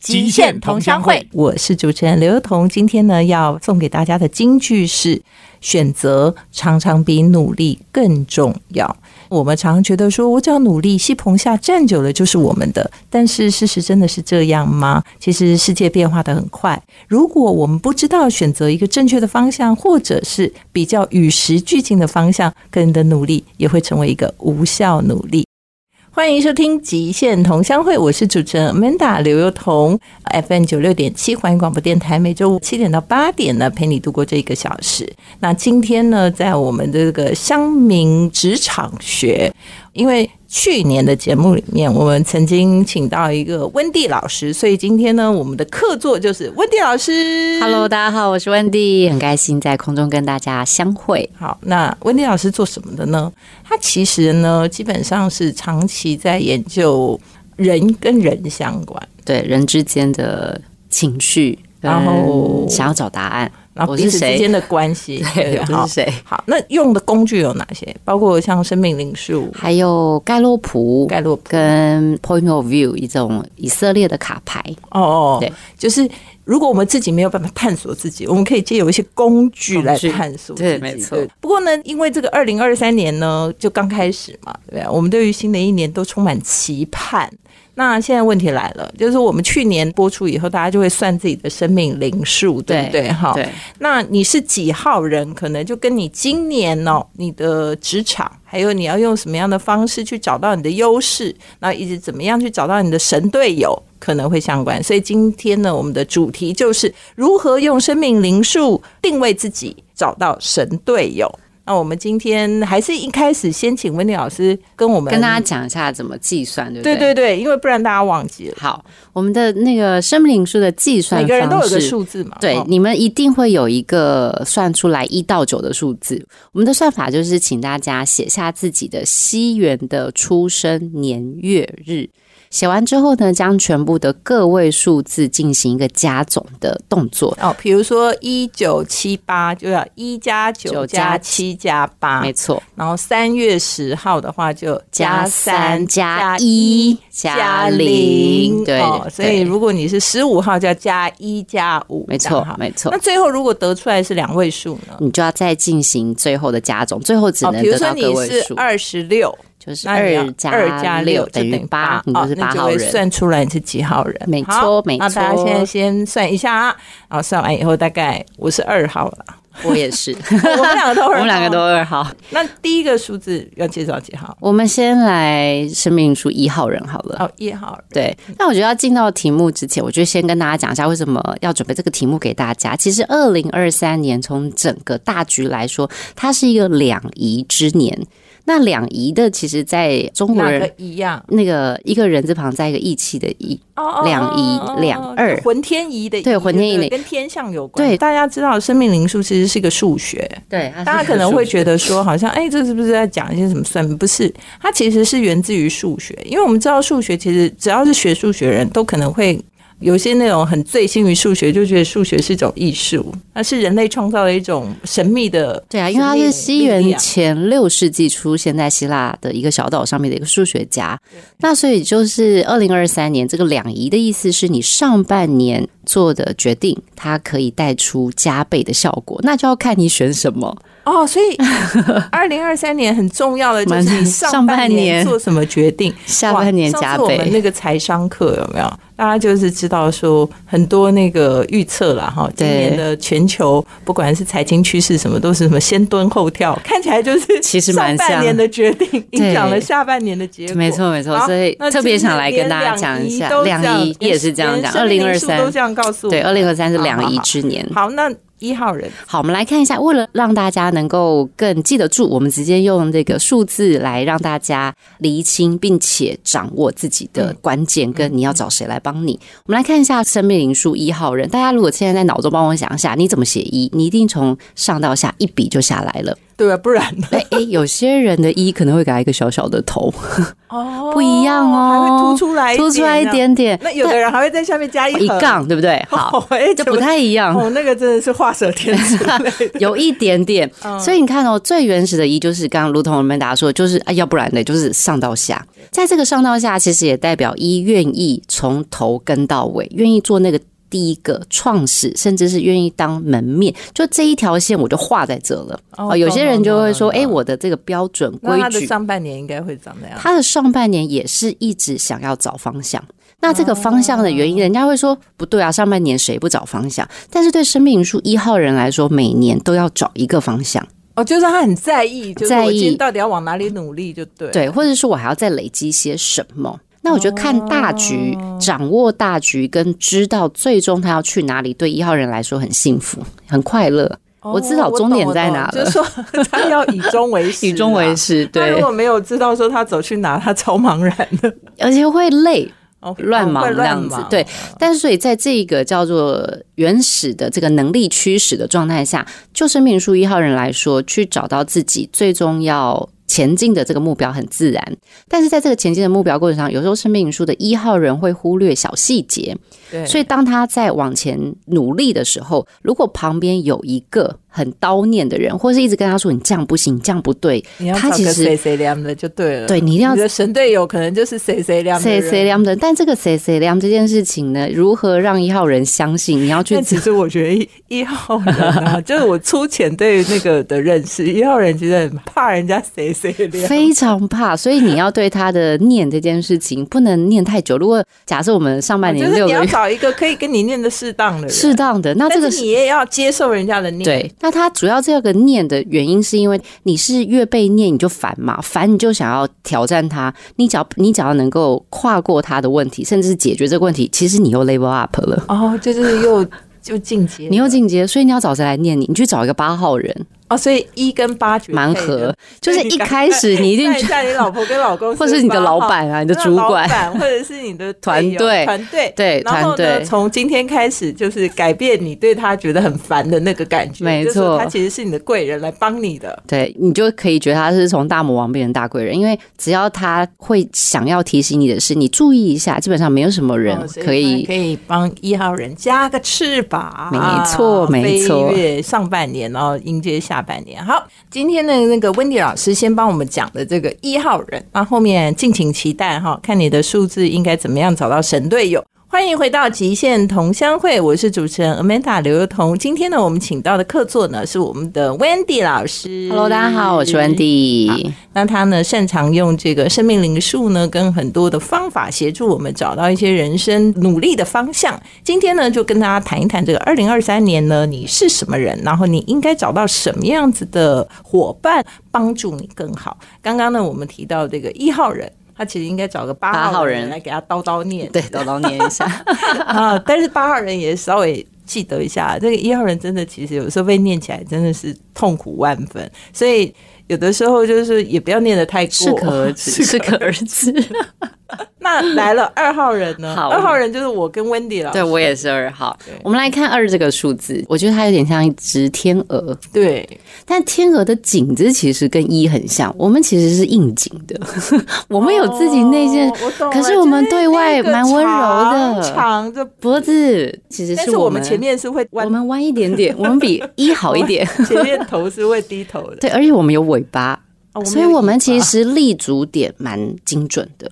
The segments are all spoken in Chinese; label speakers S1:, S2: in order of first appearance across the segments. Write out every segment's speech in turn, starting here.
S1: 极限同乡会》。我是主持人刘幼彤。今天呢，要送给大家的金句是：选择常常比努力更重要。我们常常觉得说，我只要努力，戏棚下站久了就是我们的。但是事实真的是这样吗？其实世界变化的很快，如果我们不知道选择一个正确的方向，或者是比较与时俱进的方向，个人的努力也会成为一个无效努力。欢迎收听《极限同乡会》，我是主持人 Amanda 刘幼彤，FM 九六点七环宇广播电台，每周五七点到八点呢，陪你度过这一个小时。那今天呢，在我们的这个乡民职场学，因为去年的节目里面，我们曾经请到一个温蒂老师，所以今天呢，我们的客座就是温蒂老师。
S2: Hello，大家好，我是 Wendy，很开心在空中跟大家相会。
S1: 好，那温蒂老师做什么的呢？他其实呢，基本上是长期在研究人跟人相关，
S2: 对人之间的情绪，
S1: 然后
S2: 嗯想要找答 案，
S1: 然后
S2: 我
S1: 彼
S2: 是
S1: 此之
S2: 谁
S1: 间的关系。
S2: 对，我
S1: 好
S2: 是，谁？
S1: 好，那用的工具有哪些？包括像生命灵数、
S2: 还有盖洛普
S1: 盖洛普。
S2: 跟 Point of View 一种以色列的卡牌，
S1: 哦哦，
S2: 对，
S1: 就是如果我们自己没有办法探索自己，我们可以借由一些工具来探索自己。
S2: 对没错
S1: 不过呢，因为这个二零二三年呢，就刚开始嘛，对吧？我们对于新的一年都充满期盼。那现在问题来了，就是我们去年播出以后，大家就会算自己的生命灵数，对不对？哈，
S2: 对，
S1: 那你是几号人，可能就跟你今年哦，你的职场，还有你要用什么样的方式去找到你的优势，然后以及怎么样去找到你的神队友，可能会相关。所以今天呢，我们的主题就是如何用生命灵数定位自己，找到神队友。那我们今天还是一开始先请温丽老师跟我们
S2: 跟大家讲一下怎么计算，对不
S1: 对对
S2: 对
S1: 对，因为不然大家忘记了，
S2: 好，我们的那个生命灵数的计算
S1: 每
S2: 方
S1: 个
S2: 式，
S1: 人都有个数字嘛。
S2: 对，
S1: 哦
S2: 你们一定会有一个算出来一到九的数字。我们的算法就是请大家写下自己的西元的出生年月日，写完之后呢，将全部的个位数字进行一个加总的动作。
S1: 哦，比如说一九七八就要一加九
S2: 九
S1: 加
S2: 加
S1: 七加八，
S2: 没错，
S1: 然后三月十号的话就
S2: 加
S1: 三
S2: 三加一
S1: 加
S2: 加零，对
S1: 哦，，所以
S2: 对
S1: 如果你是十五号就要加一加五，
S2: 没
S1: 这样
S2: 错
S1: 哈，
S2: 没错
S1: 那，最后如果得出来是两位数呢？
S2: 你就要再进行最后的加总，最后只
S1: 哦，
S2: 能
S1: 比如
S2: 得
S1: 说
S2: 到个
S1: 你
S2: 位
S1: 是
S2: 数，
S1: 二十六，
S2: 就是
S1: 那你要
S2: 二
S1: 二加
S2: 加
S1: 六
S2: 六
S1: 就
S2: 等于八，你
S1: 哦
S2: 就，是
S1: 那
S2: 八
S1: 就
S2: 号
S1: 会
S2: 人。
S1: 算出来你是几号人。
S2: 没错
S1: 好
S2: 没
S1: 那大家
S2: 错
S1: 现在先算一下啊，然后算完以后大概我是二号了，
S2: 我也是，
S1: 我们两个都二号
S2: 我们两个都二号。
S1: 那第一个数字要介绍几号？
S2: 我们先来生命数一号人好了。
S1: 哦，一号人。
S2: 对，那我觉得要进到题目之前，我就先跟大家讲一下为什么要准备这个题目给大家。其实，二零二三年从整个大局来说，它是一个两仪之年。那两仪的，其实在中国
S1: 哪
S2: 人
S1: 个一样？
S2: 那个一个人字旁加一个义气的义，
S1: 哦
S2: 两仪两二
S1: 浑天仪的仪
S2: 对浑天仪的
S1: 不跟天象有关。
S2: 对啊
S1: 大家知道生命灵数其实是一个数学，
S2: 对，
S1: 大家可能会觉得说，好像哎，这是不是在讲一些什么算命？不是，它其实是源自于数学，因为我们知道数学其实只要是学数学人都可能会。有些那种很醉心于数学，就觉得数学是一种艺术，它是人类创造的一种神秘的
S2: 对啊，因为他是西
S1: 力
S2: 元
S1: 量
S2: 前六世纪出现在希腊的一个小岛上面的一个数学家。那所以就是二零二三年这个两仪的意思是你上半年做的决定，它可以带出加倍的效果，那就要看你选什么。
S1: 哦，所 以二零二三年很重要的就是你上
S2: 上半
S1: 半年
S2: 年
S1: 做什么决定，
S2: 下半年
S1: 哇
S2: 加
S1: 上次我们
S2: 倍，
S1: 那个财商课有没有？大家就是知道说很多那个预测啦，哈，今
S2: 对
S1: 年的全球不管是财经趋势什么，都是什么先蹲后跳， 看起来就是
S2: 其实
S1: 上
S2: 蛮
S1: 半
S2: 像
S1: 年的决定影响了
S2: 对
S1: 下半年的结果。
S2: 没错没错
S1: 好。
S2: 所以
S1: 那
S2: 特别
S1: 今
S2: 想来
S1: 年
S2: 跟大家
S1: 两
S2: 讲一
S1: 仪
S2: 下
S1: 都，
S2: 两仪也是这样
S1: 连
S2: 讲，
S1: 生
S2: 二
S1: 命
S2: 零二
S1: 灵数都
S2: 三
S1: 这样告诉我
S2: 对，
S1: 们
S2: 二零二三是
S1: 好好
S2: 两仪
S1: 好
S2: 之年。
S1: 好，那一号人
S2: 好，我们来看一下，为了让大家能够更记得住，我们直接用这个数字来让大家厘清，并且掌握自己的关键，跟你要找谁来帮你。我们来看一下生命灵数一号人，大家如果现在在脑中帮我想一下，你怎么写一，你一定从上到下一笔就下来了。
S1: 对啊，不然呢？
S2: 哎、 哎，有些人的一可能会给他一个小小的头，
S1: 哦
S2: 不一样哦
S1: 还会凸出来，啊
S2: 凸出来一。点点，
S1: 哎那有的人还会在下面加一
S2: 一
S1: 横，
S2: 杠，对不对？好，
S1: 哦，哎，
S2: 这
S1: 怎
S2: 不
S1: 么
S2: 太一样。
S1: 哦，那个真的是画蛇添足类 的。
S2: 有一点点，
S1: 嗯
S2: 所以你看哦，最原始的一就是刚刚如同我们达说，就是啊，要不然呢，就是上到下，在这个上到下，其实也代表一愿意从头跟到尾，愿意做那个第一个创始，甚至是愿意当门面，就这一条线我就画在这了。哦， 有些人就会说，
S1: 懂
S2: 哎，
S1: 懂懂
S2: 我的这个标准规
S1: 那他的
S2: 矩，
S1: 上半年应该会长那样。
S2: 他的上半年也是一直想要找方向。那这个方向的原因，人家会说不对啊，上半年谁不找方向？但是对生命灵数一号人来说，每年都要找一个方向。
S1: 哦，就是他很在意，就是
S2: 在
S1: 我今
S2: 意
S1: 天到底要往哪里努力，就对。，
S2: 对，或者是我还要再累积些什么？那我觉得看大局、掌握大局，跟知道最终他要去哪里，对一号人来说很幸福、很快乐。
S1: 哦
S2: 我知道终点在哪
S1: 就
S2: 了
S1: 是说 他要以终为始，啊
S2: 以终为。始，
S1: 他如
S2: 对
S1: 果，没有知道说他走去哪，他超茫然的，
S2: 而且会累，
S1: 哦
S2: 乱忙
S1: 会
S2: 这样
S1: 乱
S2: 子
S1: 忙，啊
S2: 对。但是所以在这个叫做原始的这个能力驱使的状态下，就生命树一号人来说，去找到自己最终要。前进的这个目标很自然，但是在这个前进的目标过程上，有时候生命树的一号人会忽略小细节，
S1: 对，
S2: 所
S1: 以
S2: 以当他在往前努力的时候，如果旁边有一个很叨念的人，或是一直跟他说你这样不行，你这样不对，
S1: 你要
S2: 他
S1: 找
S2: 其
S1: 个
S2: 实
S1: 谁谁凉的就对了。
S2: 对你一定要
S1: 你的神队友可能就是谁谁凉的
S2: 谁
S1: 人
S2: 谁。亮的。但这个谁谁亮这件事情呢，如何让一号人相信你要去
S1: 但其实我觉得一一号人 啊，就是我粗浅对那个的认识，一号人其实很怕人家谁谁凉。
S2: 非常怕，所以你要对他的念这件事情不能念太久。如果假设我们上半
S1: 哦就
S2: 年
S1: 是
S2: 六
S1: 你
S2: 个
S1: 要
S2: 月
S1: 找一个可以跟你念的适当的人，
S2: 适当的，那这
S1: 但
S2: 个
S1: 是你也要接受人家的念。
S2: 对，那他主要这个念的原因是因为你是越被念你就烦嘛，烦你就想要挑战他，你只要你只要能够跨过他的问题，甚至是解决这个问题，其实你又 level up 了。
S1: 哦，就是又就进阶了，
S2: 你又进阶，所以你要找谁来念你？你去找一个八号人，
S1: 哦，所以一跟八绝配哎
S2: 蛮合。。就是一开始你一定
S1: 看一下你老婆跟老公，
S2: 或是你的老，板啊，你
S1: 你
S2: 的主管，
S1: 或者是你的
S2: 团
S1: 队友
S2: 队
S1: 团队
S2: 对
S1: 然后
S2: 团队
S1: 呢，从今天开始就是改变你对他觉得很烦的那个感觉，
S2: 没错
S1: 就是说他其实是你的贵人来帮你的。
S2: 对你就可以觉得他是从大魔王变成大贵人，因为只要他会想要提醒你的事，你注意一下，基本上没有什么人
S1: 哦所
S2: 可以
S1: 他可以帮一号人加个翅膀，
S2: 没错没错
S1: 飞跃上半年，然后迎接下半年。好，今天的那个温迪老师先帮我们讲的这个一号人，那后面敬请期待哈，看你的数字应该怎么样找到神队友。欢迎回到极限同乡会，我是主持人 Amanda 刘幼彤。今天呢，我们请到的客座呢是我们的 Wendy 老师。
S2: Hello，大家好，我是 Wendy。
S1: 那他呢，擅长用这个生命灵数呢，跟很多的方法协助我们找到一些人生努力的方向。今天呢，就跟大家谈一谈这个二零二三年呢，你是什么人，然后你应该找到什么样子的伙伴帮助你更好。刚刚呢，我们提到这个一号人。他其实应该找个八
S2: 八号
S1: 号
S2: 人
S1: 人来给他叨叨念，
S2: 对，叨叨念一下，
S1: 啊，但是八号人也稍微记得一下，这个一号人真的其实有时候被念起来真的是痛苦万分，所以有的时候就是也不要念得太过，
S2: 适可而止，适可而止。
S1: 那来了二号人呢？
S2: 好
S1: 二号人就是我跟 Wendy 了，
S2: 对我也是二号
S1: 对。
S2: 我们来看二这个数字，我觉得它有点像一只天鹅，
S1: 对，
S2: 但天鹅的颈子其实跟一很像，我们其实是硬颈的， 我们有自己内件
S1: 哦我懂了
S2: 可是我们对外
S1: 就是那个
S2: 蛮温柔
S1: 长
S2: 的
S1: 长的，
S2: 脖子，其实
S1: 但
S2: 是
S1: 是我
S2: 们
S1: 们前。面是会
S2: 我
S1: 弯，
S2: 们弯一点点，我们比一好一点。
S1: 前面头是会低头的，
S2: 对，而且我们有尾巴，
S1: 哦
S2: 所以我们其实立足点蛮精准的。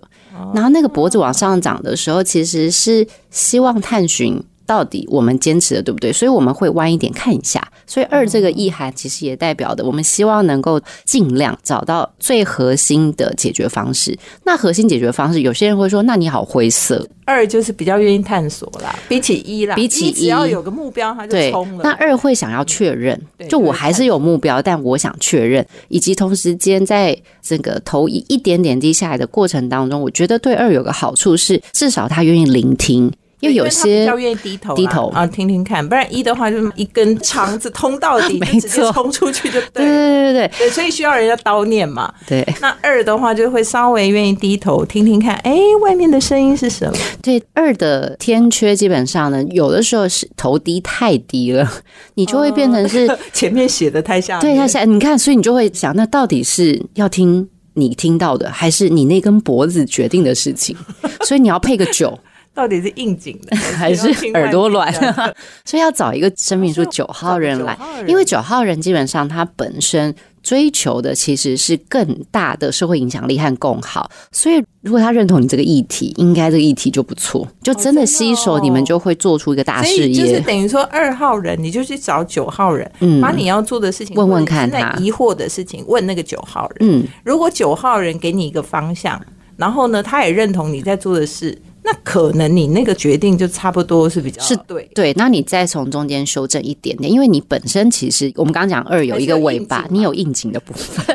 S2: 然后那个脖子往上长的时候，其实是希望探寻到底我们坚持的对不对，所以我们会弯一点看一下。所以二这个意涵其实也代表的，我们希望能够尽量找到最核心的解决方式。那核心解决方式，有些人会说，那你好灰色。
S1: 二就是比较愿意探索啦，比起一啦，
S2: 比起
S1: 只要
S2: 一
S1: 有个目标他就
S2: 对
S1: 冲，了。嗯
S2: 那二会想要确认
S1: 对，
S2: 就
S1: 就
S2: 我
S1: 是
S2: 还
S1: 看
S2: 是有目标，但我想确认，以及同时间在这个投一一点点滴下来的过程当中，我觉得对二有个好处是，至少他愿意聆听。因为有
S1: 因
S2: 些
S1: 为他比较愿意低头啦
S2: 低头
S1: 啊，听听看，不然一的话就是一根肠子通到底，
S2: 没
S1: 就直接
S2: 错嗯
S1: 冲出去就
S2: 对
S1: 对。
S2: 对对
S1: 对，所以需要人家叨念嘛。
S2: 对对
S1: 那二的话就会稍微愿意低头听听看，哎，外面的声音是什么？
S2: 对，二的天缺基本上呢，有的时候是头低太低了， 你就会变成是、
S1: 前面写的太下面，
S2: 对他想你看，所以你就会想，那到底是要听你听到的，还是你那根脖子决定的事情？所以你要配个酒，
S1: 到底是应景的
S2: 还是耳朵软？啊所以要找一个生命数
S1: 哦所以
S2: 九号人来
S1: 找九号，人
S2: 因为九号人基本上他本身追求的其实是更大的社会影响力和共好，所以如果他认同你这个议题，应该这个议题就不错，就真的吸
S1: 真的
S2: 收
S1: 哦
S2: 你们就会做出一个 大
S1: 所
S2: 事
S1: 以就是
S2: 业。
S1: 等于说二号人，你就去找九号人，
S2: 嗯
S1: 把你要做的事情
S2: 问问
S1: 或者你
S2: 看
S1: 现在
S2: 他
S1: 疑惑的事情问那个九号人。
S2: 嗯，
S1: 如果九号人给你一个方向，然后呢，他也认同你在做的事，那可能你那个决定就差不多是比较
S2: 是
S1: 对。
S2: 对，那你再从中间修正一点点，因为你本身其实我们刚刚讲二有一个尾
S1: 还
S2: 巴，
S1: 是有应景嘛
S2: 你有应景的部分，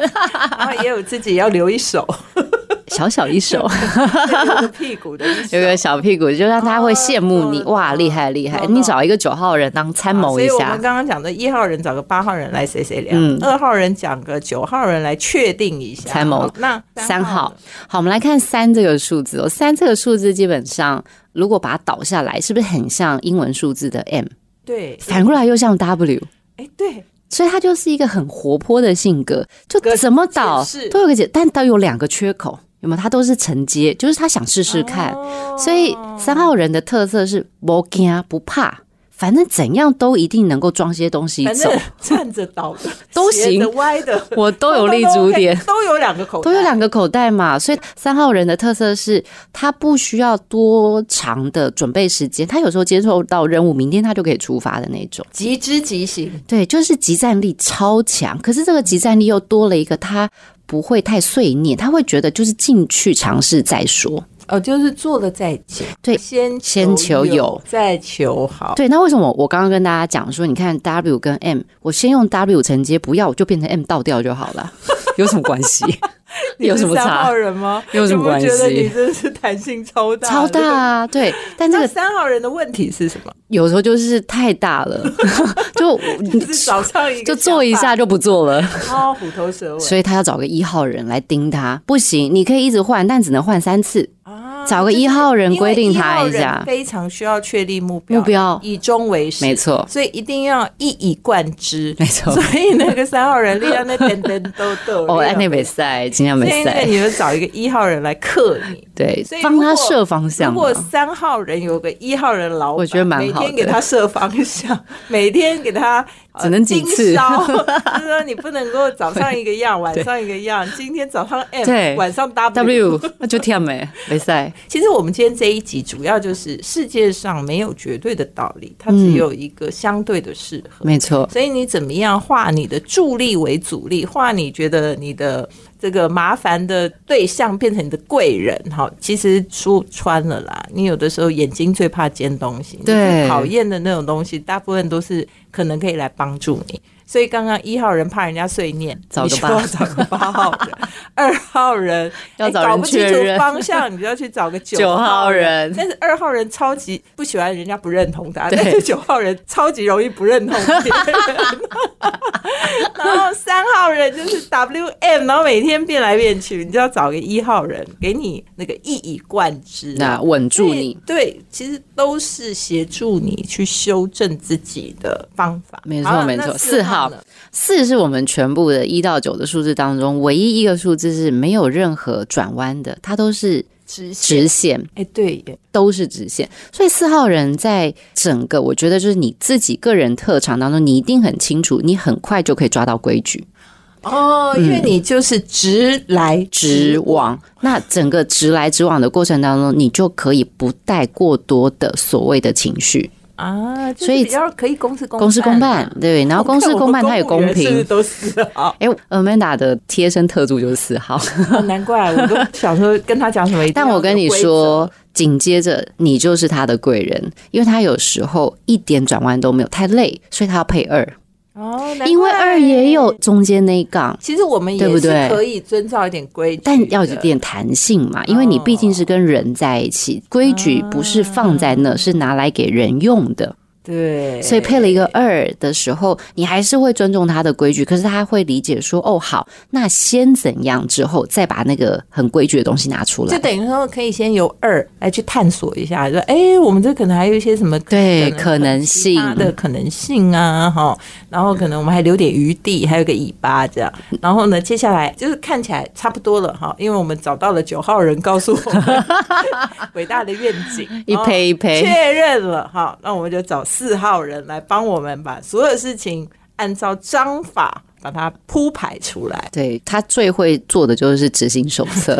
S1: 然后也有自己要留一 手，
S2: 小小一手，
S1: 留个屁股的一手
S2: 有。个小屁股，就让他会羡慕你，
S1: 哦
S2: 哇，厉害厉害！
S1: 懂
S2: 你找一个九号人当参谋
S1: 啊所
S2: 一
S1: 以我
S2: 下
S1: 们，刚刚讲的一号人找个八号人来谁谁聊
S2: 嗯，
S1: 二、号人讲个九号人来确定一下
S2: 参谋
S1: 好那
S2: 三
S1: 号
S2: 号，好，我们来看三这个数字哦。三这个数字基本上，如果把它倒下来，是不是很像英文数字的 M？
S1: 对，
S2: 反过来又像 W，
S1: 哎对，
S2: 所以它就是一个很活泼的性格，就
S1: 个
S2: 怎么倒
S1: 解释
S2: 都有个解，但都有两个缺口，有没有？它都是承接，就是他想试试看。
S1: 哦
S2: 所以三号人的特色是不惊不怕，反正怎样都一定能够装些东西
S1: 反
S2: 走
S1: 正，站着倒的
S2: 都
S1: 斜
S2: 行
S1: 着歪的
S2: 我都有立足点。
S1: 都都 OK，都有两个口袋，
S2: 都有两个口袋嘛，所以三号人的特色是他不需要多长的准备时间，他有时候接受到任务，明天他就可以出发的那种。
S1: 极之极行，
S2: 对，就是集战力超强，可是这个集战力又多了一个他。不会太碎念，他会觉得就是进去尝试再说。
S1: 哦，就是做了再讲，
S2: 对
S1: 先
S2: 先求有
S1: 再求好，
S2: 对，那为什么我刚刚跟大家讲说，你看 W 跟 M，我先用 W 承接，不要我就变成 M 倒掉就好 了，有什么关系？
S1: 你
S2: 有
S1: 是
S2: 什么
S1: 三号
S2: 差？
S1: 人吗？
S2: 有什么
S1: 你不觉得
S2: 关系
S1: 你真是弹性超大，
S2: 超大。啊！对，但这
S1: 那
S2: 个
S1: 三号人的问题是什么？
S2: 有时候就是太大了， 就
S1: 就是早上一个
S2: 就做一下就不做了，
S1: 想法，哦，虎头蛇尾，
S2: 所以他要找个一号人来盯他，不行，你可以一直换，但只能换三次，
S1: 啊
S2: 找个一号人规定他
S1: 因
S2: 一
S1: 为号人
S2: 下，
S1: 非常需要确立目标，
S2: 目标
S1: 以终为始，
S2: 没错，
S1: 所以一定要一以贯之，
S2: 没错
S1: 所以那个三号人力量那点点都都，
S2: 哦，哎，那比赛尽量
S1: 所
S2: 比
S1: 以那个
S2: 赛，
S1: 你就找一个一号人来克你。
S2: 对
S1: 所以，如
S2: 帮
S1: 果
S2: 他设方向啊
S1: 如果
S2: 嘛，
S1: 三号人有个一号人老板，
S2: 我觉得蛮好的
S1: 每天给他设方向， 每天给他 呃
S2: 只能几
S1: 盯
S2: 次
S1: 梢 就是说你不能够早上一个 样，晚上一个样，今天早上 M，
S2: 对
S1: 晚上
S2: W 那就跳没比赛，
S1: 其实我们今天这一集主要就是世界上没有绝对的道理，它只有一个相对的适合。
S2: 没错，
S1: 所以你怎么样化你的助力为阻力，化你觉得你的这个麻烦的对象变成你的贵人？哈，其实说穿了啦，你有的时候眼睛最怕尖东西，你最
S2: 对
S1: 讨厌的那种东西，大部分都是可能可以来帮助你。所以刚刚一号人怕人家碎念，
S2: 找
S1: 你
S2: 个
S1: 就
S2: 八
S1: 要找个八号人；二号人
S2: 要
S1: 哎
S2: 找
S1: 搞
S2: 人
S1: 不清
S2: 确认
S1: 楚方向，你就要去找个
S2: 九
S1: 九
S2: 号
S1: 号
S2: 人
S1: 但是二号人超级不喜欢人家不认同他，
S2: 对
S1: 但是九号人超级容易不认同别 人。然后三号人就是 WM，然后每天变来变去，你就要找个一号人给你那个一以贯之啊。
S2: 那稳住
S1: 所以
S2: 你，
S1: 对，其实都是协助你去修正自己的方法。
S2: 没错
S1: 好了
S2: 没错
S1: 那
S2: 四号
S1: 呢
S2: 四是我们全部的一到九的数字当中唯一一个数字是没有任何转弯的，它都是
S1: 直线，
S2: 直线。嗯
S1: 哎，对耶，
S2: 都是直线，所以四号人在整个我觉得就是你自己个人特长当中，你一定很清楚，你很快就可以抓到规矩，
S1: 哦，因为你就是直来
S2: 直
S1: 直往。
S2: 往。那整个直来直往的过程当中，你就可以不带过多的所谓的情绪，
S1: 啊，就是
S2: 所以
S1: 比较可以公事公
S2: 公事公办
S1: 啊，
S2: 对。然后公事公办它也公
S1: 我们。
S2: 平，
S1: 公务员是不是都是 啊
S2: 哎，Amanda 的贴身特助就是四号，
S1: 难怪我都想说跟他讲什么 一定要
S2: 但我跟你
S1: 有规则
S2: 说，紧接着你就是他的贵人，因为他有时候一点转弯都没有，太累，所以他要配二。
S1: 哦，
S2: 因为二也有。中间那一杠，
S1: 其实我们
S2: 对
S1: 也
S2: 不
S1: 是
S2: 对
S1: 可以遵照一点规矩的，
S2: 但要有点弹性
S1: 哦
S2: 嘛，因为你毕竟是跟人在一起，规矩不是放在那，是拿来给人用的。
S1: 嗯对，
S2: 所以配了一个二的时候，你还是会尊重他的规矩，可是他会理解说，哦，好，那先怎样，之后再把那个很规矩的东西拿出
S1: 就
S2: 来。
S1: 等于说可以先由二来去探索一下，就哎、诶我们这可能还有一些什么
S2: 对可能
S1: 其他
S2: 性
S1: 的可能性啊，哈，然后可能我们还留点余地，还有个尾巴这样。然后呢，接下来就是看起来差不多了哈，因为我们找到了九号人，告诉我 们伟大的愿景，
S2: 一
S1: 然后
S2: 胚一胚
S1: 哦确认了哈，那我们就找四号人来帮我们把所有事情按照章法把它铺排出来
S2: 对他最会做的就是执行手 册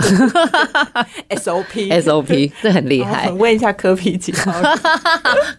S1: SOP。
S2: SOP，这很厉害
S1: 我，问一下科比几号人？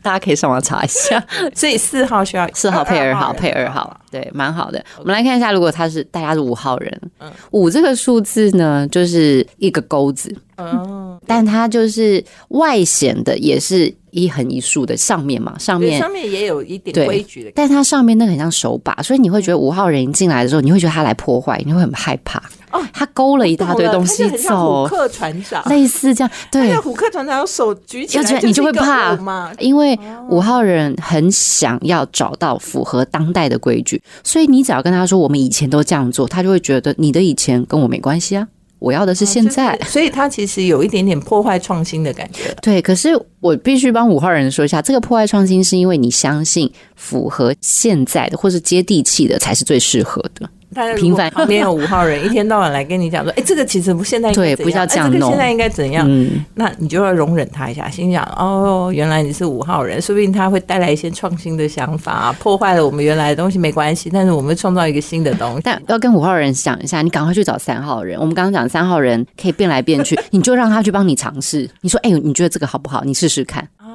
S2: 大家可以上网查一下。
S1: 所以四号需要
S2: 四号配二号
S1: 人
S2: 配二号，对，蛮好的。我们来看一下，如果他是大家是五号人
S1: 嗯，
S2: 五这个数字呢，就是一个钩子，
S1: 嗯，
S2: 但它就是外显的，也是一横一竖的上面嘛，上
S1: 对，
S2: 面
S1: 上面也有一点
S2: 对
S1: 规矩的感
S2: 但它上面那个很像手把，所以你会觉得五号人一进来的时候，你会觉得他来破坏，你会很害怕。
S1: 哦，
S2: 他勾了一
S1: 觉，
S2: 大堆东西
S1: 他就很像虎
S2: 走，
S1: 克船长，
S2: 类似这样，对
S1: 那，虎克船长手举起来
S2: 就觉得你
S1: 就
S2: 就会
S1: 是一个
S2: 怕
S1: 舞嘛。
S2: 因为五号人很想要找到符合当代的规矩，所以你只要跟他说我们以前都这样做，他就会觉得你的以前跟我没关系啊，我要的是现在。
S1: 就是所以他其实有一点点破坏创哦新的感觉。
S2: 对，可是我必须帮五号人说一下，这个破坏创新是因为你相信符合现在的或是接地气的才是最适合的。
S1: 但是如
S2: 平
S1: 果
S2: 凡
S1: 旁边有五号人，一天到晚来跟你讲说，哎，这个其实现在应该
S2: 对
S1: 怎
S2: 不要
S1: 样
S2: 这样
S1: 哎这个
S2: 弄
S1: 现在应该怎样？
S2: 嗯，
S1: 那你就要容忍他一下，心想哦，原来你是五号人，说不定他会带来一些创新的想法，破坏了我们原来的东西没关系，但是我们会创造一个新的东西。
S2: 但要跟五号人想一下，你赶快去找三号人。我们刚刚讲三号人可以变来变去，你就让他去帮你尝试。你说，哎、呦，你觉得这个好不好？你试试看。
S1: 哦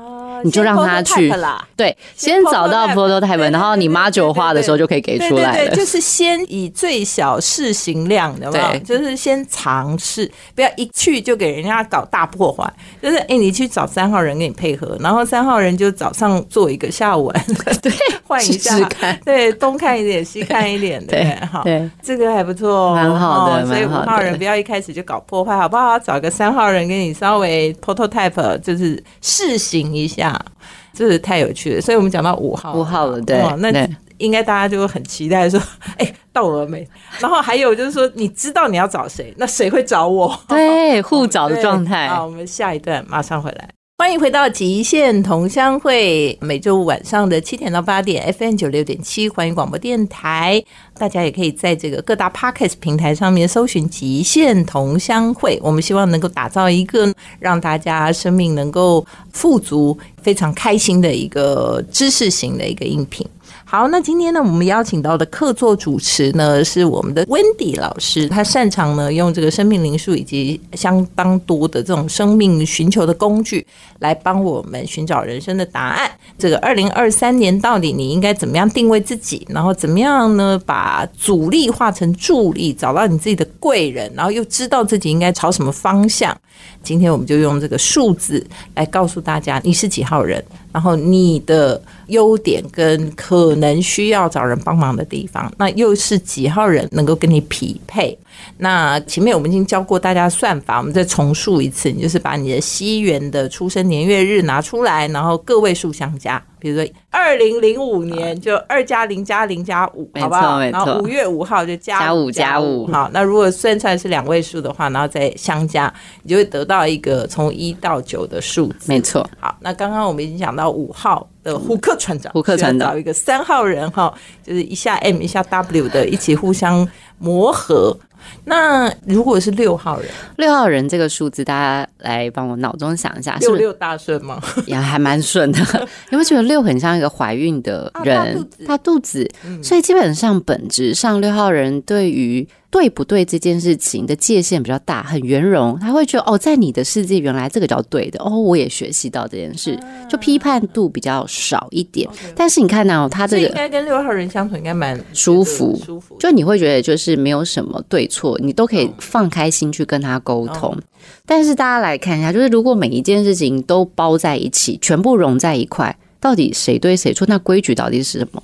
S2: 你就让他去
S1: 先 prototype 啦
S2: 对，
S1: 先
S2: 先找到
S1: prototype，对
S2: prototype，然后你
S1: 对对
S2: 妈
S1: 对
S2: 九
S1: 对
S2: 化的
S1: 对
S2: 时候就可以给
S1: 对
S2: 出
S1: 对
S2: 来
S1: 对，
S2: 了
S1: 就。是先以最小试行量，有没有？
S2: 对
S1: 就是先尝试，不要一去就给人家搞大破坏。就是哎、你去找三号人跟你配合，然后三号人就早上做一个，下午
S2: 对，
S1: 换一
S2: 试
S1: 下，
S2: 试看。
S1: 对，东看一点，西看一点，对不对？好。
S2: 对，
S1: 这个还不错哦，
S2: 蛮好的
S1: 哦所以五
S2: 蛮好的
S1: 号人不要一开始就搞破坏，好不好？找个三号人给你稍微 prototype，就是试行一下，这是太有趣了。所以我们讲到五号，
S2: 五号了，对
S1: 哦，那
S2: 对
S1: 应该大家就很期待说，哎、到我了没？ 然后还有就是说，你知道你要找谁，那谁会找我？
S2: 对，互找的
S1: 对
S2: 状态。
S1: 好，我们下一段马上回来。欢迎回到极限同乡会，每周五晚上的七点到八点，FM 九六点七环宇广播电台。大家也可以在这个各大 Podcast 平台上面搜寻“极限同乡会”。我们希望能够打造一个让大家生命能够富足、非常开心的一个知识型的一个音频。好，那今天呢，我们邀请到的客座主持呢是我们的 Wendy 老师，她擅长呢用这个生命灵数以及相当多的这种生命寻求的工具，来帮我们寻找人生的答案。这个二零二三年到底你应该怎么样定位自己，然后怎么样呢把阻力化成助力，找到你自己的贵人，然后又知道自己应该朝什么方向。今天我们就用这个数字来告诉大家你是几号人，然后你的优点跟可能需要找人帮忙的地方，那又是几号人能够跟你匹配？那前面我们已经教过大家算法，我们再重述一次，你就是把你的西元的出生年月日拿出来，然后个位数相加，比如说二零零五年就二加零加零加五，
S2: 没错
S1: 好不好？
S2: 没错
S1: 然后五月五号就加
S2: 加
S1: 五
S2: 五加
S1: 五
S2: 五，
S1: 好，那如果算出来是两位数的话，然后再相加，你就会得到一个从一到九的数字。
S2: 没错，
S1: 好，那刚刚我们已经讲到五号的胡克船长，
S2: 嗯胡克船
S1: 需
S2: 长
S1: 要找一个三号人哈，就是一下 M 一下 W 的，一起互相磨合。那如果是六号人，
S2: 六号人这个数字，大家来帮我脑中想一啊下，是
S1: 六
S2: 不是
S1: 六大顺吗？
S2: 也还蛮顺的？ 有没有觉得六很像一个怀孕的
S1: 啊大肚
S2: 人
S1: 子，嗯
S2: 大肚子？所以基本上本质上，六号人对于对不对这件事情的界限比较大，很圆融，他会觉得哦，在你的世界原来这个叫对的，哦，我也学习到这件事，
S1: 啊
S2: 就批判度比较少一点。但是你看呢、他
S1: 所以
S2: 这
S1: 应
S2: 个。
S1: 该跟六号人相处应该蛮
S2: 舒服
S1: 舒服。
S2: 就你会觉得就是没有什么对错，你都可以放开心去跟他沟通。但是大家来看一下，就是如果每一件事情都包在一起，全部融在一块，到底谁对谁错？那规矩到底是什么？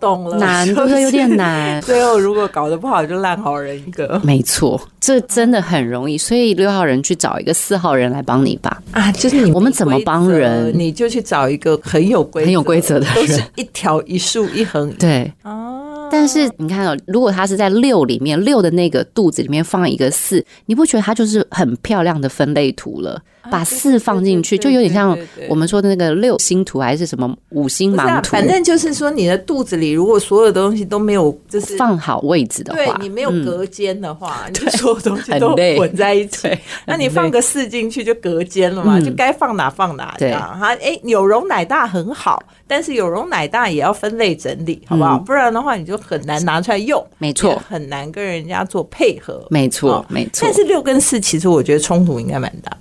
S1: 懂了，
S2: 难，
S1: 就
S2: 对不
S1: 是
S2: 对？有点。难。
S1: 最后如果搞得不好，就烂好人一个
S2: 没错，这真的很容易，所以六号人去找一个四号人来帮你吧。
S1: 啊！就是你
S2: 我们怎么帮
S1: 没
S2: 人
S1: 规则你就去找一个很有规则
S2: 很有规则的人
S1: 都是一条一竖一横
S2: 对，
S1: 啊。
S2: 但是你看哦，如果他是在六里面，六的那个肚子里面放一个四，你不觉得它就是很漂亮的分类图了？
S1: 啊
S2: 把四放进去，就有点像我们说的那个六星图还是什么五星
S1: 不是啊
S2: 盲图，
S1: 反正就是说，你的肚子里如果所有东西都没有，就是
S2: 放好位置的
S1: 对
S2: 话，
S1: 你没有
S2: 嗯
S1: 隔间的话，你就所有东西都
S2: 很累
S1: 混在一起
S2: 对。
S1: 那你放个四进去就隔间了嘛，
S2: 嗯
S1: 就该放哪放哪这
S2: 对
S1: 样。哈，哎，有容乃大很好，但是有容乃大也要分类整理，好不好？
S2: 嗯
S1: 不然的话，你就很难拿出来用，
S2: 没错
S1: 也很难跟人家做配合。
S2: 没错
S1: 哦，
S2: 没错
S1: 但。是六跟四，其实我觉得冲突应该蛮大的。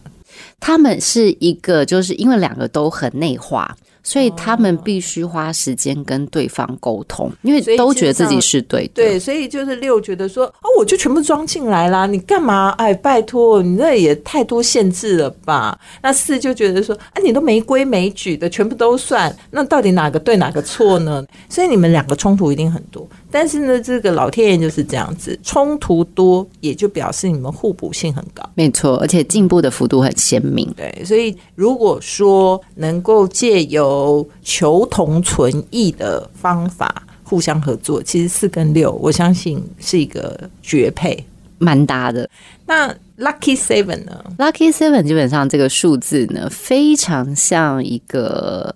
S2: 他们是一个，就是因为两个都很内化，所以他们必须花时间跟对方沟通，因为
S1: 哦所以
S2: 都觉得自
S1: 基
S2: 己
S1: 本上
S2: 是对的。
S1: 对，所以就是六觉得说，哦，我就全部装进来啦，你干嘛？哎，拜托，你那也太多限制了吧？那四就觉得说，啊，你都没规没矩的，全部都算，那到底哪个对哪个错呢？所以你们两个冲突一定很多。但是呢，这个老天爷就是这样子，冲突多也就表示你们互补性很高。
S2: 没错，而且进步的幅度很鲜明。
S1: 对，所以如果说能够借由求同存异的方法互相合作，其实四跟六，我相信是一个绝配。
S2: 蛮搭的。
S1: 那 Lucky Seven 呢？
S2: Lucky Seven 基本上这个数字呢，非常像一个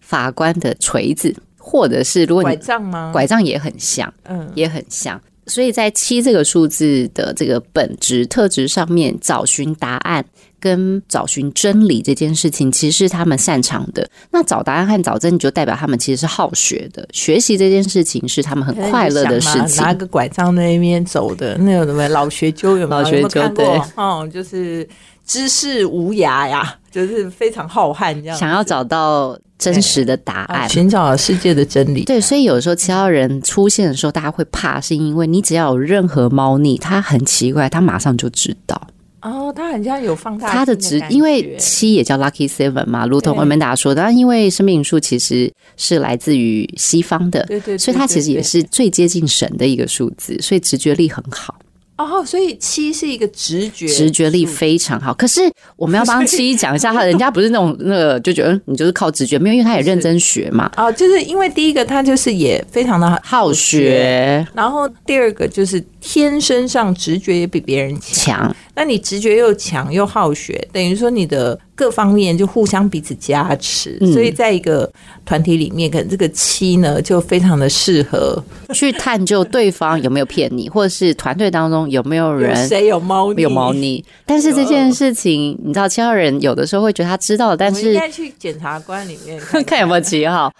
S2: 法官的锤子，或者是如果
S1: 拐
S2: 你
S1: 杖吗？
S2: 拐杖也很像，
S1: 嗯，
S2: 也很像。所以在七这个数字的这个本质特质上面，找寻答案跟找寻真理这件事情，其实是他们擅长的。那找答案和找真理，就代表他们其实是好学的，学习这件事情是他们很快乐的事
S1: 可能你想
S2: 情
S1: 嘛。拿个拐杖在那边走的，那有什么老学究有没有？
S2: 老学究
S1: 有没有看过哦，就是知识无涯呀，就是非常浩瀚这样。
S2: 想要找到真实的答
S1: 啊
S2: 案，
S1: 寻找世界的真理，
S2: 对，所以有时候七号人出现的时候，大家会怕，是因为你只要有任何猫腻，他很奇怪，他马上就知道。
S1: 哦，他很像有放大
S2: 他的
S1: 镜
S2: 直
S1: 感，
S2: 因为
S1: 觉
S2: 七也叫 Lucky Seven 嘛，如同
S1: 对
S2: 文门达说的，啊但因为生命数其实是来自于西方的，
S1: 对对对
S2: 所以它其实
S1: 对
S2: 也
S1: 对
S2: 是最接近神的一个数字，所以直觉力很好，
S1: 哦，所以七是一个直觉，
S2: 直觉力非常好。可是我们要帮七讲一下，他人家不是那种那个就觉得嗯你就是靠直觉，没有，因为他也认真学 嘛，
S1: 哦，就是因为第一个他就是也非常的
S2: 好，学
S1: 然后第二个就是天生上直觉也比别人强，
S2: 强，
S1: 那你直觉又强又好学，等于说你的各方面就互相彼此加持，
S2: 嗯
S1: 所以在一个团体里面，可能这个七呢就非常的适合
S2: 去探究对方有没有骗你，或者是团队当中有没有
S1: 有
S2: 人。
S1: 谁有猫腻
S2: 有猫。腻，但是这件事情，你知道，七号人有的时候会觉得他知道了，但
S1: 我们应
S2: 是
S1: 该去检察官里面
S2: 看有没有七号。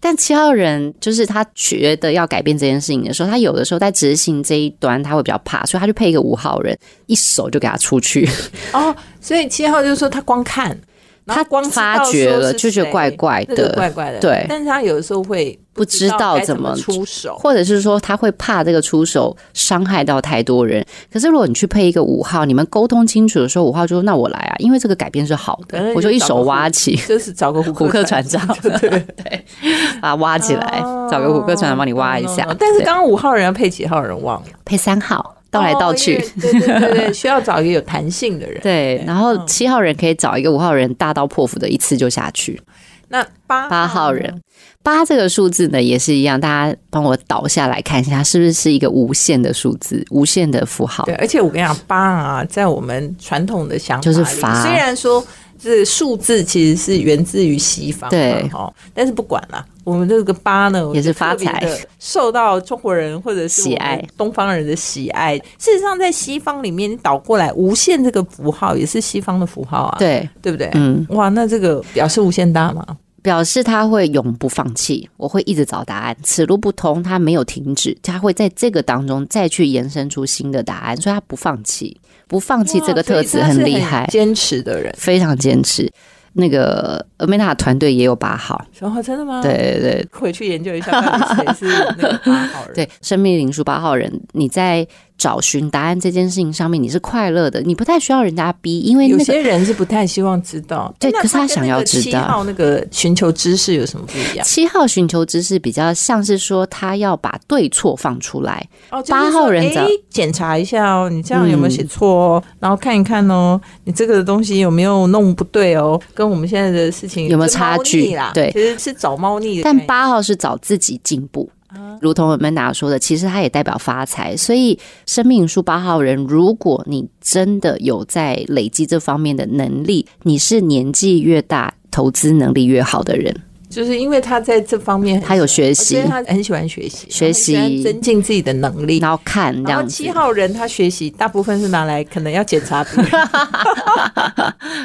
S2: 但七号人就是他觉得要改变这件事情的时候，他有的时候在执行这一端他会比较怕，所以他就配一个五号人，一手就给他 出去。
S1: 哦，所以七号就是说他光看，然后
S2: 他
S1: 光知道
S2: 发觉
S1: 说
S2: 了
S1: 是
S2: 就觉得
S1: 谁
S2: 怪怪
S1: 那个
S2: 的
S1: 怪怪的，
S2: 对
S1: 但是他有的时候会
S2: 不知道
S1: 该
S2: 怎
S1: 么
S2: 么
S1: 出 手，
S2: 或者是说他会怕这个出手伤害到太多人。可是如果你去配一个五号，你们沟通清楚的时候，五号就说那我来啊，因为这个改变是好
S1: 反正
S2: 的，我就一手挖起。
S1: 就是找个虎
S2: 虎克
S1: 克
S2: 船长，对 啊，挖起来，找个虎克船长帮你挖一下。
S1: 哦但是
S2: 对
S1: 刚刚五号人要配几号人忘了，
S2: 配三号，倒来倒去
S1: 哦，因为对对对对，需要找一个有弹性的人。
S2: 对，然后
S1: 嗯
S2: 七号人可以找一个五号人大刀破斧的一次就下去。
S1: 那八
S2: 八号
S1: 呢
S2: 人，八这个数字呢也是一样，大家帮我倒下来看一下，是不是一个无限的数字，无限的符号
S1: 对，？而且我跟你讲，八啊，在我们传统的想法
S2: 就是
S1: 里
S2: 罚
S1: 虽然说这数字其实是源自于西方嘛，
S2: 对
S1: 哦，但是不管啦，我们这个八呢
S2: 也是
S1: 我觉得
S2: 发
S1: 特别
S2: 财
S1: 地受到中国人或者是
S2: 喜爱
S1: 我们东方人的喜爱。事实上，在西方里面，你倒过来，无限这个符号也是西方的符号啊，
S2: 对，
S1: 对不对？
S2: 嗯，
S1: 哇，那这个表示无限大嘛？
S2: 表示他会永不放弃，我会一直找答案，此路不通，他没有停止，他会在这个当中再去延伸出新的答案，所以他不放弃，不放弃这个特质
S1: 哇所以他是
S2: 很
S1: 很
S2: 厉害，
S1: 坚持的人。
S2: 非常坚持。那个 Amanda 团队也有八号，
S1: 哦，真的吗？，
S2: 对对对，
S1: 回去研究一下到底谁是那个八号人。
S2: 对，生命灵数八号人，你在找寻答案这件事情上面，你是快乐的，你不太需要人家逼，因为
S1: 有
S2: 那个
S1: 些人是不太希望知道，
S2: 对
S1: 那
S2: 可是他想要知
S1: 跟那
S2: 道
S1: 个七号那个寻求知识有什么不一样？
S2: 七号寻求知识比较像是说他要把对错放出来，
S1: 哦，就是
S2: 八
S1: 说
S2: 号人则嗯
S1: 诶检查一下哦，你这样有没有写错哦？然后看一看哦，你这个东西有没有弄不对哦？跟我们现在的事情
S2: 有没有
S1: 就
S2: 差
S1: 猫腻
S2: 距
S1: 啦？
S2: 对
S1: 其实是找猫腻的概
S2: 但
S1: 念。
S2: 八号是找自己进步。
S1: 啊
S2: 如同 Amanda 说的，其实它也代表发财，所以生命树八号人，如果你真的有在累积这方面的能力，你是年纪越大，投资能力越好的人。
S1: 就是因为他在这方面很
S2: 他有
S1: 喜欢
S2: 学习
S1: 而且他很喜欢学习，
S2: 学习
S1: 然后很喜欢增进自己的能力。
S2: 然后看这
S1: 然后
S2: 样子
S1: 七，号人他学习大部分是拿来可能要检 查别人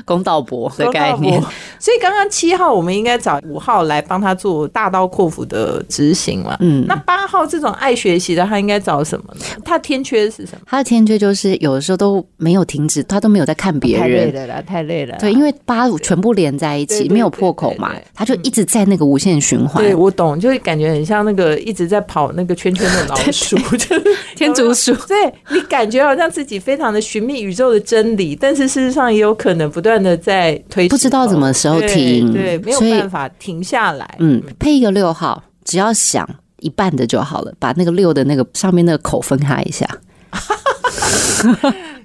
S2: 公道博的概
S1: 收
S2: 念
S1: 到。我。 所以刚刚七号我们应该找五号来帮他做大刀阔斧的执行嘛。
S2: 嗯
S1: 那，八号这种爱学习的，他应该找什么呢？他天缺是什么？
S2: 他的天缺就是有的时候都没有停止，他都没有在看别
S1: 太累
S2: 人。
S1: 了啦，太累了啦。
S2: 对，因为八五全部连在一
S1: 对
S2: 起，
S1: 对
S2: 没有破口
S1: 对对
S2: 嘛
S1: 对，
S2: 他就一直在那个无限循环。
S1: 对我懂，就是感觉很像那个一直在跑那个圈圈的 老鼠， 就是
S2: 天竺鼠，
S1: 对你感觉好像自己非常的寻觅宇宙的真理，但是事实上也有可能不断的在推，
S2: 不知道什么时候停
S1: 对，对没有
S2: 所以
S1: 办法停下来。
S2: 嗯，配一个六号，只要想一半的就好了，把那个六的那个上面那个口分开一下。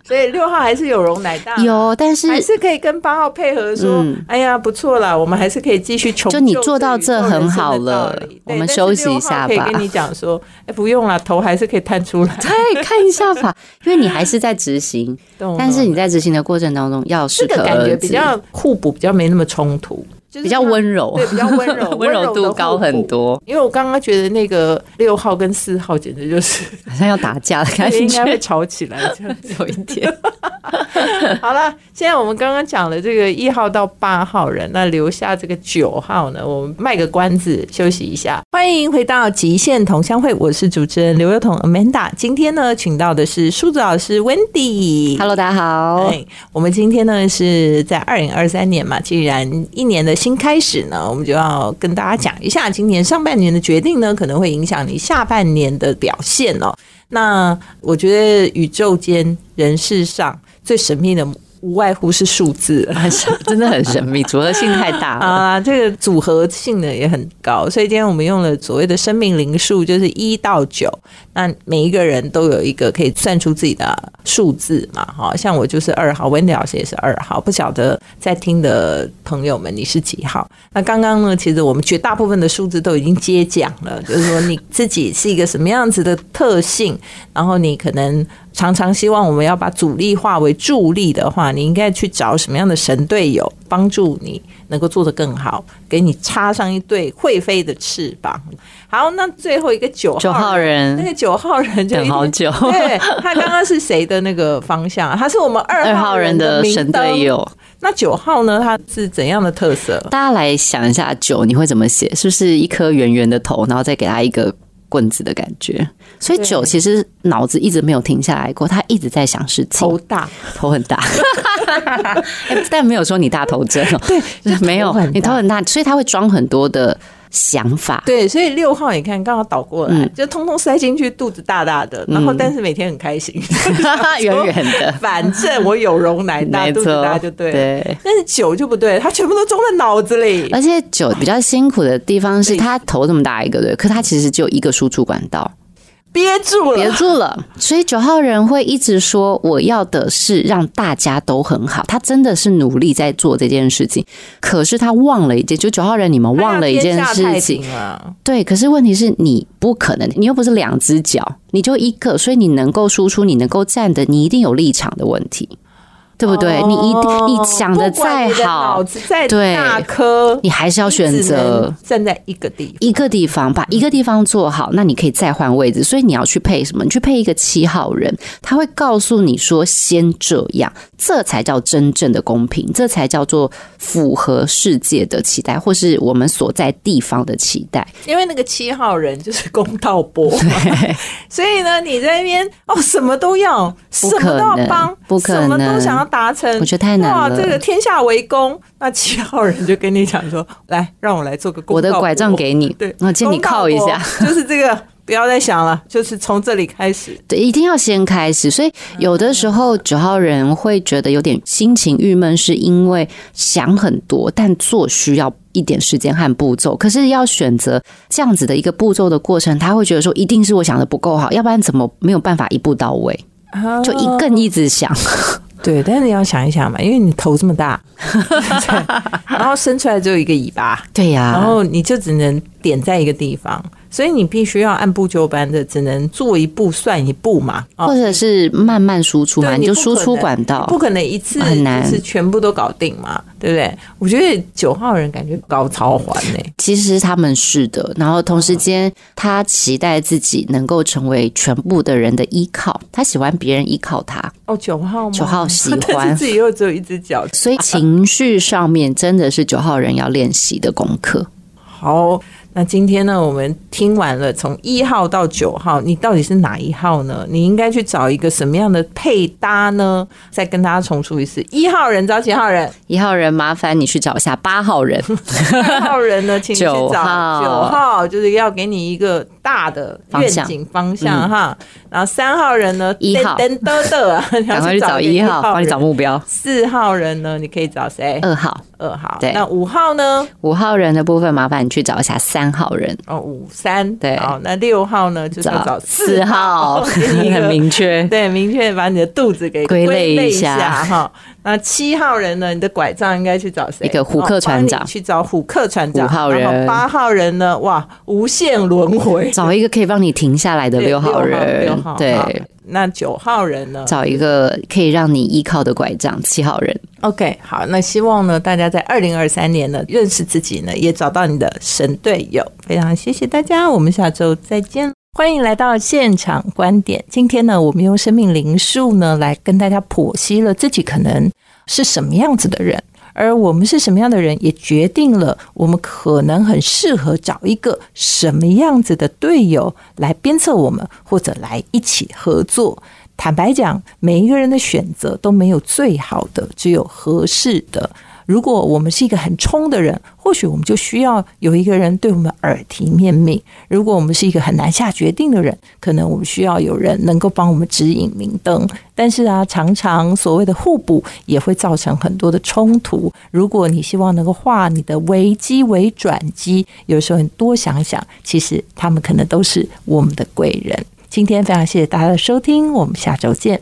S1: 所以六号还是有容乃大，
S2: 有，但是
S1: 啊还是可以跟八号配合说，
S2: 嗯
S1: 哎呀，不错啦，我们还是可以继续穷。
S2: 就你做到这很好了我们休息一下吧
S1: 可以跟你讲说，哎，不用啦，头还是可以探出来。
S2: 对，哎看一下 吧，因为你还是在执行，
S1: 懂
S2: 但是
S1: 懂
S2: 你在执行的过程当中要适
S1: 哦这
S2: 可
S1: 个感
S2: 而
S1: 觉
S2: 止，
S1: 比较互补，比较没那么冲突，就是
S2: 比较
S1: 它
S2: 温柔，
S1: 对，，比较温柔
S2: 温柔
S1: 的
S2: 度
S1: 互
S2: 高
S1: 补
S2: 很。多，
S1: 因为我刚刚觉得那个六号跟四号简直就是
S2: 好像要打架的感
S1: 应该会
S2: 哎觉，
S1: 吵起来这样。
S2: 有一点。
S1: 好了，现在我们刚刚讲了这个一号到八号人，那留下这个九号呢，我们卖个关子，休息一下。欢迎回到极限同乡会，我是主持人刘幼彤 Amanda。今天呢，请到的是数字老师 Wendy。
S2: Hello，大家好，
S1: 哎，我们今天呢是在二零二三年嘛，既然一年的新开始呢，我们就要跟大家讲一下，今年上半年的决定呢，可能会影响你下半年的表现哦。那我觉得宇宙间人世上最神秘的，无外乎是数字。
S2: 很神，真的很神秘，组合性太大 了。
S1: 啊，这个组合性呢也很高，所以今天我们用了所谓的生命灵数，就是一到九。那每一个人都有一个可以算出自己的数字嘛，哈，像我就是二号，Wendy 老师也是二号，不晓得在听的朋友们你是几号？那刚刚呢，其实我们绝大部分的数字都已经接讲了，就是说你自己是一个什么样子的特性，然后你可能常常希望我们要把阻力化为助力的话，你应该去找什么样的神队友帮助你能够做得更好，给你插上一对会飞的翅膀。好，那最后一个九
S2: 九号
S1: 那
S2: 人
S1: 个九号人就一
S2: 等
S1: 定
S2: 好久，
S1: 对他刚刚是谁的那个方向啊？他是我们二
S2: 二号人的
S1: 明
S2: 神
S1: 灯
S2: 队。友，
S1: 那九号呢？他是怎样的特色？
S2: 大家来想一下九你会怎么写？是不是一颗圆圆的头，然后再给他一个棍子的感觉？所以
S1: 对
S2: 九其实脑子一直没有停下来过，他一直在想事情，
S1: 头大，
S2: 头很 大，哎但没有说你大头针哦，对， 没有
S1: 头很，大
S2: 你头很大，所以他会装很多的想法。
S1: 对，所以六号你看刚好倒过来，
S2: 嗯
S1: 就通通塞进去，肚子大大的，然后但是每天很开心，
S2: 圆圆的，
S1: 反正我有容乃大，
S2: 没
S1: 肚子
S2: 错
S1: 大就，对了。
S2: 对。呃
S1: 但是九就不对，他全部都装在脑子里。
S2: 而且九比较辛苦的地方是，
S1: 对
S2: 他头这么大一个，对，可他其实只有一个输出管道，
S1: 憋住
S2: 别
S1: 了，哎
S2: 住了。 所以九号人会一直说，我要的是让大家都很好。他真的是努力在做这件事情，可是他忘了一件，就九号人你们忘了一件
S1: 他要
S2: 事
S1: 天下太
S2: 情，
S1: 平了。
S2: 对。可是问题是你不可能，你又不是两只脚，你就一个，所以你能够输出，你能够站的，你一定有立场的问题，对不对？你一
S1: 哦
S2: 你想的
S1: 不管
S2: 再
S1: 你的
S2: 好
S1: 脑，子再
S2: 对
S1: 大颗，
S2: 你还是要选
S1: 你只
S2: 择
S1: 能。站在一个地方。
S2: 一个地方，把一个地方做好，那你可以再换位置。所以你要去配什么？你去配一个七号人，他会告诉你说先这样，这才叫真正的公平，这才叫做符合世界的期待，或是我们所在地方的期待。
S1: 因为那个七号人就是公道伯， 所以呢，你在那边哦，什么都要，什
S2: 不可
S1: 么都
S2: 能
S1: 要帮，
S2: 不可
S1: 什么都
S2: 能
S1: 想要达成，
S2: 我觉得太难
S1: 哇，
S2: 了
S1: 这个天下为公，那七号人就跟你讲说，来，让我来做个公
S2: 我
S1: 道伯
S2: 的拐杖给你
S1: 对，，
S2: 啊我借你
S1: 公道
S2: 靠一下。
S1: 伯，就是这个。不要再想了，就是从这里开始。
S2: 对，一定要先开始。所以
S1: 嗯
S2: 有的时候九号人会觉得有点心情郁闷，是因为想很多，但做需要一点时间和步骤。可是要选择这样子的一个步骤的过程，他会觉得说，一定是我想的不够好，要不然怎么没有办法一步到 位？
S1: 啊
S2: 就一更一直想。
S1: 对，但是你要想一想嘛，因为你头这么 大，对然后伸出来只有一个尾巴，
S2: 对呀、
S1: 然后你就只能点在一个地方，所以你必须要按部就班的，只能做一步算一步嘛。
S2: 或
S1: 哦，
S2: 者是慢慢输出嘛，
S1: 对
S2: 你就
S1: 你不
S2: 输
S1: 可
S2: 出
S1: 能
S2: 管道。
S1: 不可能一次
S2: 哦很难
S1: 就是全部都搞定嘛，对不对？我觉得九号人感觉搞超环呢、
S2: 其实他们是的，然后同时间他期待自己能够成为全部的人的依靠，他喜欢别人依靠他，
S1: 哦，九号吗？
S2: 九号 喜欢
S1: 但是自己又只有一只 脚，
S2: 所以情绪上面真的是九号人要练习的功课。
S1: 好，那今天呢，我们听完了从一号到九号，你到底是哪一号呢？你应该去找一个什么样的配搭呢？再跟大家重述一次：一号人找几号 人？
S2: 一号人，麻烦你去找一下八 号人，
S1: 二号人呢，请你去找
S2: 九
S1: 九
S2: 号
S1: 号，就是要给你一个大的愿景方向哈。然后三号人呢，
S2: 嗯一号
S1: 噔噔噔 噔，
S2: 赶
S1: 赶
S2: 快去找一
S1: 一
S2: 号，帮你找
S1: 人。
S2: 目标。
S1: 四号人呢，你可以找谁？
S2: 二号、
S1: 二号
S2: 对。
S1: 那五号呢？
S2: 五号人的部分，麻烦你去找一下三号人，
S1: 哦，五三
S2: 对
S1: 好，那六号呢，就是要找
S2: 四号，
S1: 给你一
S2: 很
S1: 个
S2: 明确。
S1: 对，明确把你的肚子给
S2: 归类一
S1: 一
S2: 下
S1: 哈。那七号人呢？你的拐杖应该去找谁？
S2: 一个虎克船长
S1: 哦帮你去找虎克船长。
S2: 五号人
S1: 然后八号人呢？哇，无限轮回。
S2: 找一个可以帮你停下来的
S1: 对
S2: 六号
S1: 六
S2: 人
S1: 号，好
S2: 对，
S1: 那九号人呢
S2: 找一个可以让你依靠的拐杖，七号人。
S1: ？OK，好，那希望呢，大家在二零二三年呢，认识自己呢，也找到你的神队友。非常谢谢大家，我们下周再见。欢迎来到现场观点。今天呢，我们用生命灵数呢来跟大家剖析了自己可能是什么样子的人，而我们是什么样的人，也决定了我们可能很适合找一个什么样子的队友来鞭策我们，或者来一起合作。坦白讲，每一个人的选择都没有最好的，只有合适的。如果我们是一个很冲的人，或许我们就需要有一个人对我们耳提面命；如果我们是一个很难下决定的人，可能我们需要有人能够帮我们指引明灯。但是啊，常常所谓的互补也会造成很多的冲突。如果你希望能够化你的危机为转机，有时候你多想一想，其实他们可能都是我们的贵人。今天非常谢谢大家的收听，我们下周见。